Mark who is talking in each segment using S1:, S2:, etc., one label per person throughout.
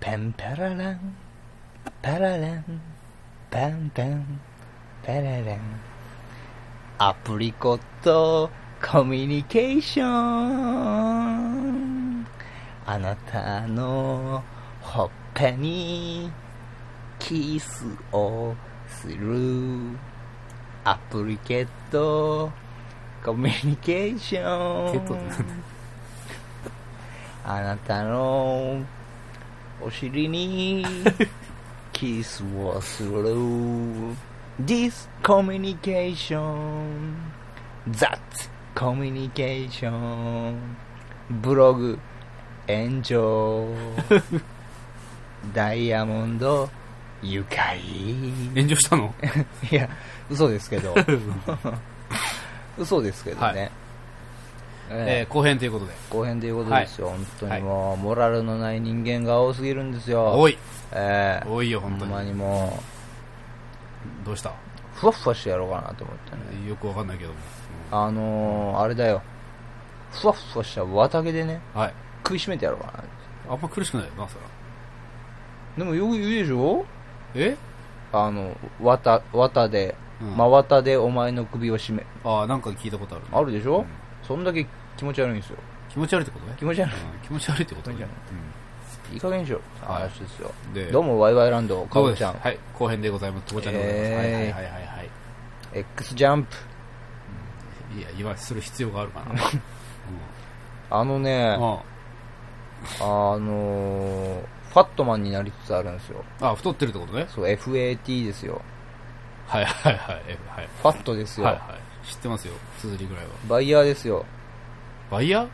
S1: パンパララン、パララン、パンパン、パララン。アプリコットコミュニケーション。あなたのほっぺにキスをする。アプリケットコミュニケーション。
S2: ケットってなんだ
S1: あなたのお尻にキスをする This communication That communication ブログ炎 上ダイヤモンド愉快い
S2: 炎上した の
S1: や嘘です けど嘘ですけどね、
S2: はいえ
S1: え
S2: ー後編ということで。
S1: ー後編ということですよ、本当にもう、モラルのない人間が多すぎるんですよ
S2: 多い。
S1: ええ
S2: 多いよ、
S1: ほ
S2: 本
S1: ん
S2: 当
S1: ま
S2: に。
S1: にも
S2: どうした
S1: う、ふわふわしてやろうかなと思ってね。
S2: よくわかんないけど。
S1: あのー、あれだよ。ふわふわした綿毛でね、
S2: はい。
S1: 食いしめてやろうかな。
S2: あんま苦しくないよな、そら。
S1: でもよく言うでしょ
S2: え
S1: あの、綿、綿で、
S2: うん
S1: 真綿でお前の首を絞め、
S2: ああ、なんか聞いたことあるね。
S1: あるでしょ、
S2: うん
S1: そんだけ気持ち悪いんですよ。
S2: 気持ち悪いってことね
S1: 気。持ち悪
S2: うん気持ち悪いってこと
S1: 気持
S2: ね
S1: ち。い。いい加減にしよう。
S2: はい
S1: 話ですよ。
S2: うんで、
S1: どうも、ワイワイランド、か
S2: か
S1: お
S2: お
S1: り
S2: ち
S1: ち
S2: ゃ
S1: ゃ
S2: ん。
S1: ん。
S2: はい。後編でございます。とこちゃんでございま
S1: え
S2: す。
S1: ー
S2: はいはいはいはいはい
S1: X ジャンプ。
S2: はい。いや、今する必要があるか な。
S1: あのね、
S2: うんうん
S1: あのー、ファットマンになりつつあるんですよ。
S2: あ、太ってるってことね。
S1: そう、FAT ですよ。
S2: はいはいはい。えはい。
S1: ファットですよ。
S2: はいはい。知ってますよ。すずりぐらいは。
S1: バイヤーですよ。
S2: バイヤー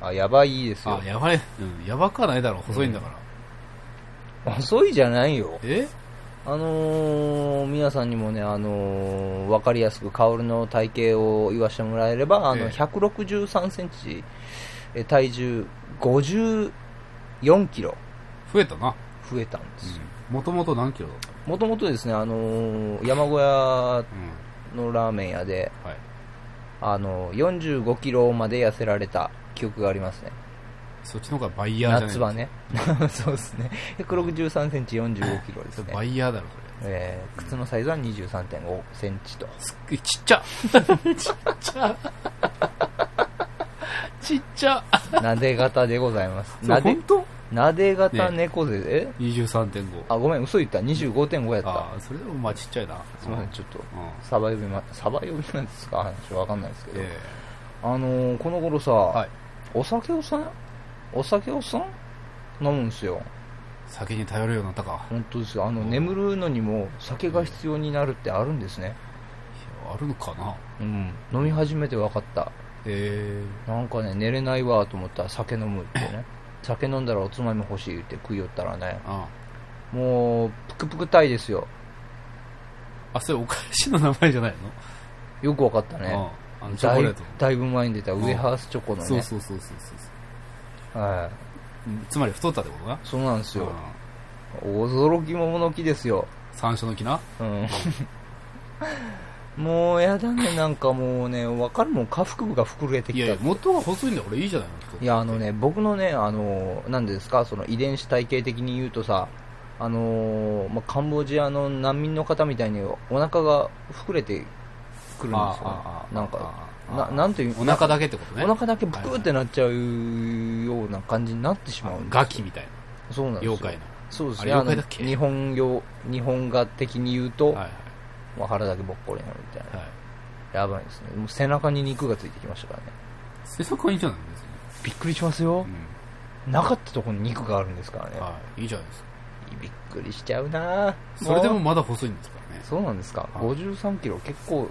S1: あ、やばいですよ
S2: あ、。やばい。うん。やばくはないだろ。細いんだから。
S1: 遅いじゃないよ。
S2: え
S1: あのー、皆さんにもね、あのー、わかりやすく薫の体型を言わせてもらえれば、あ
S2: ええ
S1: の、163センチ、え体重54キロ
S2: 増えたな。
S1: 増えたんですよ。
S2: もともと何キロだったの
S1: もともとですね、あのー、山小屋
S2: うん。
S1: のラーメン屋で、
S2: はい。
S1: あのー、45キロまで痩せられた記憶がありますね。
S2: そっちの方がバイヤーじゃ
S1: 夏は
S2: ない
S1: ね。 そうですね。163センチ45キロです
S2: それ
S1: ね。
S2: バイヤーだろ、それ。
S1: えー靴のサイズは23.5センチと。
S2: すっごいちっちゃちっ ちゃちっちゃ
S1: なで型でございます。
S2: そ
S1: な
S2: れ
S1: で
S2: 本、当
S1: なで型猫背、え
S2: ?23.5。
S1: あ、ごめん、嘘言った。25.5やった。
S2: ああ、それでもまあちっちゃいな。
S1: すみません、
S2: う
S1: ちょっと、
S2: ん。
S1: サバ呼びま、サバ呼びなんですか話わかんないですけど。
S2: え
S1: あのー、この頃さ、
S2: えはい。
S1: お酒をさ、お酒をさ、飲むんですよ。
S2: 酒に頼るようになったか。
S1: 本当ですよ。あの、
S2: うん
S1: 眠るのにも酒が必要になるってあるんですね。
S2: いやあるのかな
S1: うん。飲み始めて分かった。
S2: え
S1: なんかね、寝れないわと思ったら酒飲むってね。酒飲んだらおつまみ欲しいって食いよったらね
S2: え、あ
S1: もう、ぷくぷくたいですよ。
S2: あ。あ、それお菓子の名前じゃないの
S1: よくわかったね。
S2: うん。あの、チョ
S1: だ
S2: コレー
S1: い
S2: ト。
S1: だいぶ前に出たウエハースチョコの
S2: そう
S1: ね、
S2: そうそうそうそう。
S1: は、
S2: つまり太ったってことない
S1: そうなんです
S2: う
S1: よ
S2: ん、
S1: 驚きものきですよ、
S2: 山椒の木な
S1: うん、 もうやだね、なんかもうね、わかるもん、下腹部が膨れて
S2: い
S1: き
S2: や
S1: た、
S2: いや、元が細いんだよ俺いいじゃないの。
S1: いや、あのね、僕のね、あの、なんですか、その遺伝子体系的に言うとさ、あのまあ、カンボジアの難民の方みたいにお腹が膨れてくるんですよ
S2: ああ、あ
S1: なんか、
S2: あ
S1: ななんていう
S2: お腹だけってことね。
S1: お腹だけブクーってなっちゃうような感じになってしまうんですよ
S2: ガキみたい
S1: そうなん
S2: な。
S1: ですよ
S2: 妖怪の。
S1: そうです
S2: あ
S1: ね
S2: れ
S1: あ
S2: 妖怪
S1: の
S2: だっけ
S1: 日本語日本画的に言うと、
S2: はい
S1: まあ腹だけぼっこりになるみたい
S2: はい。はい。
S1: なやばいですねもう背中に肉がついてきましたからね
S2: 背中はいいじゃないです
S1: びっくりしますよ、なかったとこに肉があるんですからね、
S2: はい。いいじゃないですか。
S1: びっくりしちゃうなぁ
S2: それでも
S1: う
S2: まだ細いんですからね。
S1: そうなんですか
S2: はい
S1: 5 3キロ結構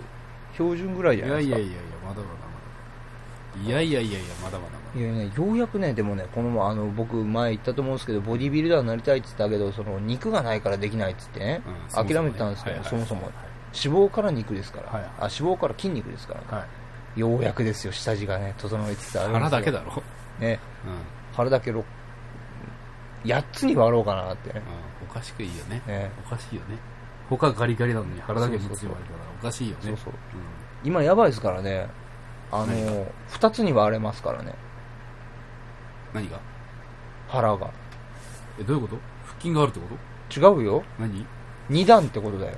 S1: 標準ぐらい
S2: い
S1: じゃな
S2: や
S1: い
S2: い
S1: で
S2: や
S1: す
S2: い
S1: か
S2: やいや、まだまだまだ。いやいやいやいや、まだまだま
S1: いやね、ようやくね、でもね、このあの僕、前言ったと思うんですけど、ボディビルダーになりたいって言ったけど、その肉がないからできないって言ってね、
S2: だ。うん
S1: 諦めてたんですよ、そもそ。
S2: ね
S1: も。脂肪から肉ですから、
S2: はい
S1: あ脂肪から筋肉ですから、
S2: はいはいはい
S1: ようやくですよ、下地がね、整いつつあるんですよ
S2: 腹だけだろ。
S1: ね、
S2: うん。うん
S1: 腹だけろ8つに割ろうかなってね。
S2: おかしくいいよね。
S1: ね
S2: おかしいよね。他ガリガリなのに腹だけ三つ言われたらおかしいよね。
S1: そうそう。
S2: うん
S1: 今やばいですからね、あの、2つに割れますからね、
S2: 何が
S1: 腹が。
S2: え、どういうこと腹筋があるってこと
S1: 違うよ。
S2: 何
S1: 二段ってことだよ。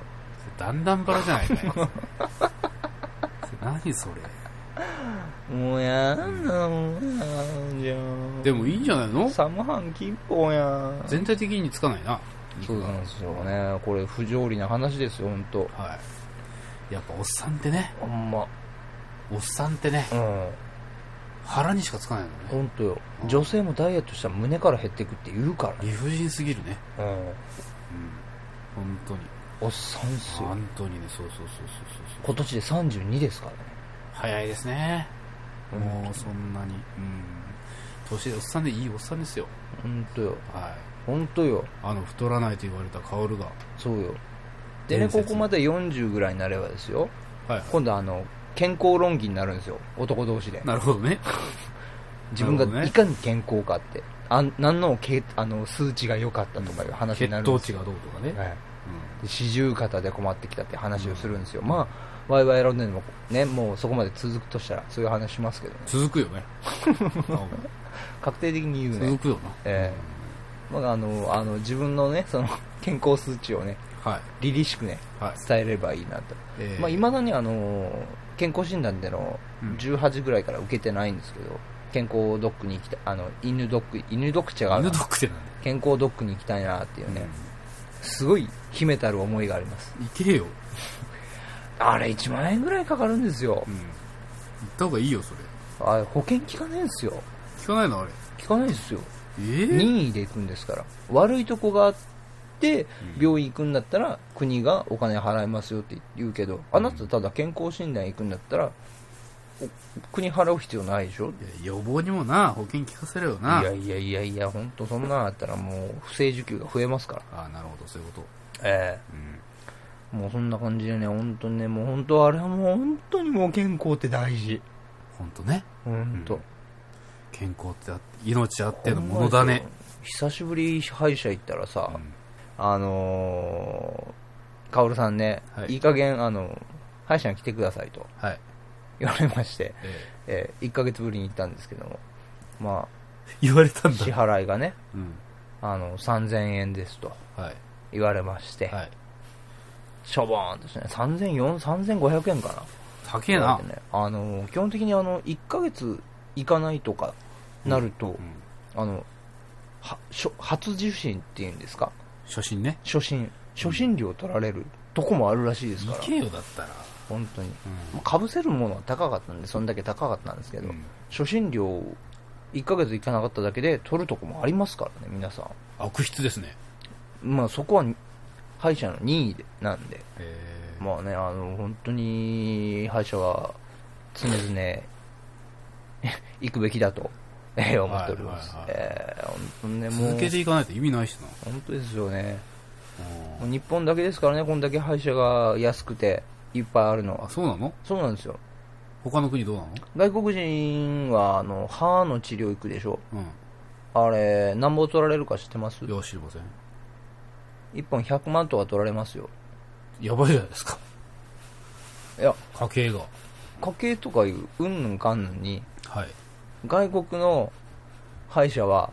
S2: それだんだんバラじゃないかよ それ何それ
S1: もうやだもうやだじゃん。
S2: でもいいんじゃないの
S1: サムハン金峰やん。
S2: 全体的につかないな
S1: そうなんですよね。これ不条理な話ですよ、ほんと。
S2: はいやっぱおっさんってね
S1: ほんま。
S2: おっさんってね
S1: うん。
S2: 腹にしかつかないのね
S1: ほんとよ。女性もダイエットしたら胸から減ってくって言うからね。
S2: 理不尽すぎるね
S1: うん。
S2: うん本当に
S1: おっさんっすよ。
S2: 本当にねそうそうそうそうそう
S1: 今年で32ですからね。
S2: 早いですねもうそんなにうん年でおっさんでいいおっさんですよ
S1: ほんとよ。
S2: はい
S1: ほんとよ。
S2: あの太らないと言われた薫が
S1: そうよ。でね、
S2: 伝説
S1: ここまで40ぐらいになればですよ。
S2: はいは
S1: 今度あの、健康論議になるんですよ。男同士で
S2: い。なるほどね
S1: 自分
S2: なるほど
S1: が
S2: ね
S1: いかに健康かって。あん何のけあの数値が良かったとかいう話
S2: 血
S1: になるん
S2: 糖
S1: です
S2: 値がどうとかね、
S1: はいで四十肩で困ってきたって話をするんですよ、まあ、ワイワイロンドンでもね、もうそこまで続くとしたら、そういう話しますけどね、
S2: 続くよ ね
S1: 確定的に言う
S2: 続
S1: ね、
S2: くよな、
S1: えまあ、あのあの自分のね、その健康数値をね、
S2: はい
S1: 凛々しくね、
S2: はい、
S1: 伝えればいいなと、
S2: えー
S1: まあ、未だにあの健康診断での
S2: うん
S1: 18ぐらいから受けてないんですけど、健康ドックに行きたい、あの犬ドック、犬ドック違うな
S2: 犬ドックってなん
S1: 健康ドックに行きたいなっていう
S2: だ
S1: ね、
S2: よね、
S1: すごい秘めたる思いがあります。
S2: 行けよ、
S1: あれ1万円ぐらいかかるんですよ
S2: う。ん、行った方がいいよそれ
S1: あれ保険効かないんですよ。
S2: 聞かないのあれ
S1: 聞かないですよ
S2: えー、
S1: 任意で行くんですから悪いとこがあって
S2: うん
S1: 病院行くんだったら国がお金払いますよって言うけどあなたただ健康診断行くんだったらお国払う必要ないでしょ
S2: いや予防にもな保険聞かせろよ
S1: い
S2: な
S1: やいやいやいや本当そんなのあったらもう不正受給が増えますから
S2: ああなるほどそういうこと
S1: え
S2: うん
S1: えもうそんな感じでね本当にねもう本当あれはもう本当にもう健康って大事
S2: 本当ね
S1: 本当、
S2: うん健康ってあって命あってのものだね
S1: 久しぶり歯医者行ったらさ、
S2: うん
S1: あのー、カオルさんね、
S2: はい
S1: い、い加減、あの、歯医者に来てくださいと
S2: はい、
S1: 言われまして、
S2: え
S1: え1ヶ月ぶりに行ったんですけども、ま
S2: ー、 言われた
S1: あ、
S2: んだ
S1: 支払いがね、
S2: うん
S1: あの、3000円ですと
S2: はい
S1: 言われまして、
S2: はい
S1: しょぼーんとしてね、3400 3500円かな。
S2: 高えな、
S1: ね、あの、基本的にあの、1ヶ月行かないとかなると、
S2: うん、
S1: あの、はしょ初受診っていうんですか
S2: 初心ね
S1: 初診。初診料取られるとこもあるらしいですか
S2: 行
S1: ら、
S2: けよだったら
S1: 本当に。
S2: うん
S1: かぶせるものは高かったんで、そんだけ高かったんですけど、
S2: うん
S1: 初診料1ヶ月行かなかっただけで取るとこもありますからね、皆さ
S2: 悪質ですね
S1: ん。まあそこは歯医者の任意でなんで、
S2: えー
S1: まあね、あの、本当に歯医者は常々 行くべきだと、えー思っております。
S2: はいはいは
S1: えー本当にね、もう
S2: 続、けていかないと意味ないしな
S1: 本当ですよね。
S2: う
S1: も
S2: ん
S1: う日本だけですからね、こんだけ歯医者が安くていっぱいあるの
S2: あ
S1: は。
S2: そうなの
S1: そうなんですよ。
S2: 他の国どうなの
S1: 外国人はあの歯の治療行くでしょ
S2: う
S1: あれなんぼ取られるか知ってます
S2: んいや知りません
S1: 1本100万とか取られますよ
S2: やばいじゃないですか
S1: いや
S2: 家計が
S1: 家計とかいううんぬんかんぬんに
S2: はい
S1: 外国の歯医者は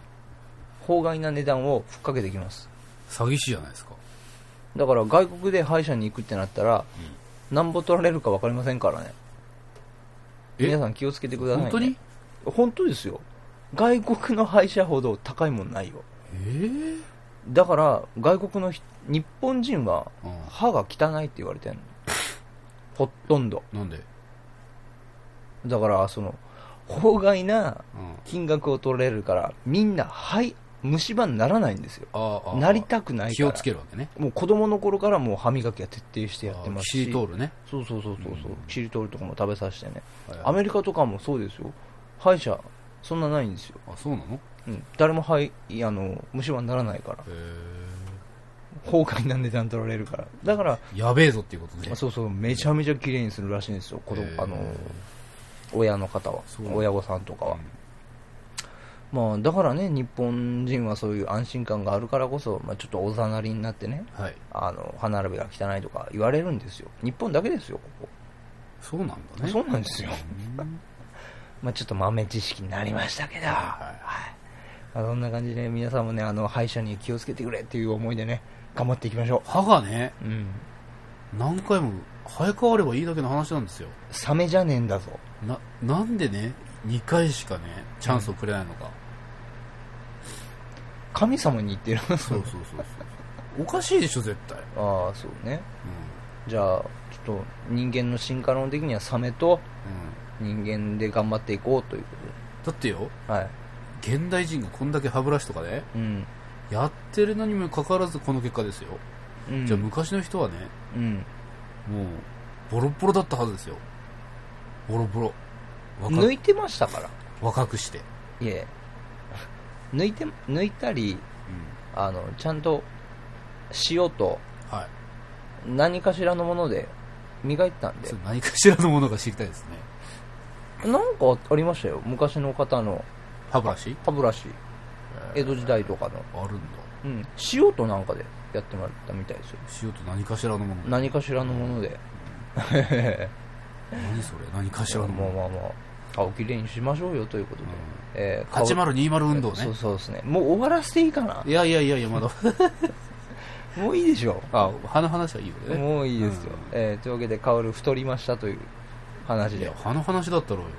S1: 法外な値段をふっかけてきます
S2: 詐欺師じゃないですか
S1: だから外国で歯医者に行くってなったら、なんぼ取られるか分かりませんからね
S2: え
S1: 皆さん気をつけてください、ね、
S2: 本当に
S1: 本当ですよ外国の歯医者ほど高いもんないよ
S2: えー
S1: だから外国の人日本人は
S2: うん
S1: 歯が汚いって言われてんのほとんど
S2: なんで
S1: だからその法外な
S2: うん
S1: 金額を取られるからみんなはい虫歯にならないんですよ
S2: ああ
S1: なりたくない
S2: 気
S1: か
S2: を
S1: ら
S2: つけるわけね
S1: もう子供の頃からもう歯磨きは徹底してやってます
S2: キシ
S1: し
S2: リトールね
S1: そうそうそうそうそう
S2: うん
S1: キシリトールとかも食べさせてね
S2: はいはい
S1: アメリカとかもそうですよ歯医者そんなないんですよ、
S2: あそうなの
S1: うん、誰も歯いあの虫歯にならないから
S2: へえ
S1: 法外な値段取られるからだから
S2: やべえぞっていうことね
S1: まあそうそう、めちゃめちゃ綺麗にするらしいんですよ、子供
S2: へー
S1: あの親の方は
S2: そう、
S1: 親御さんとかは、
S2: うん
S1: まあ、だからね、日本人はそういう安心感があるからこそ、まあ、ちょっとおざなりになってね、
S2: はい
S1: あの歯並びが汚いとか言われるんですよ、日本だけですよ、こ
S2: そうなんだ
S1: こ
S2: ね
S1: そうなんですよ、
S2: うん
S1: まあ、ちょっと豆知識になりましたけど、
S2: は
S1: はいいあそんな感じで皆さんもねあの歯医者に気をつけてくれっていう思いでね頑張っていきましょ
S2: 歯がね、
S1: ううん
S2: 何回も生え変わればいいだけの話なんですよ。
S1: サメじゃねえんだぞ
S2: な、なんでね、2回しかね、チャンスをくれないのか。
S1: 神様に言ってる
S2: そうそうそうそう。おかしいでしょ、絶対。
S1: ああそうね
S2: う
S1: じゃあちょっと人間の進化論的にはサメと
S2: ん。うん。
S1: 人間で頑張っていこうというこ
S2: だってよ、
S1: とではい
S2: 現代人がこんだけ歯ブラシとかね、
S1: うん、
S2: やってるのにもかかわらずこの結果ですよ。
S1: うん、
S2: じゃあ昔の人はね、
S1: うん
S2: もう、ボロボロだったはずですよ。ボロボロ。若
S1: 抜いてましたから
S2: 若くして。
S1: いえ抜いて抜いたり
S2: う
S1: あのちゃんと塩と
S2: ん。はい。
S1: 何かしらのもので磨いてたんで
S2: それ何かしらのものが知りたいですね。
S1: なんかありましたよ昔の方の
S2: 歯ブラシ
S1: 歯ブラシ江
S2: え
S1: 戸時代とかの、
S2: あるんだ。
S1: うん、塩となんかでやってもらったみたいですよ
S2: 塩と何かしらのもの。
S1: 何かしらのもので
S2: 何それ何か しらのも
S1: まあ
S2: の。
S1: まあまあ顔きれいにしましょうよということで、
S2: うん
S1: えー顔
S2: 8020運動ね
S1: そう。そうですねもう終わらせていいかない
S2: やいやいやいや、まだ。
S1: もういいでしょ
S2: あ、歯の話はいいよね。
S1: もういいですよ、
S2: うん
S1: えーというわけで薫太りましたという話
S2: い
S1: で
S2: や、歯の話だったろうよ。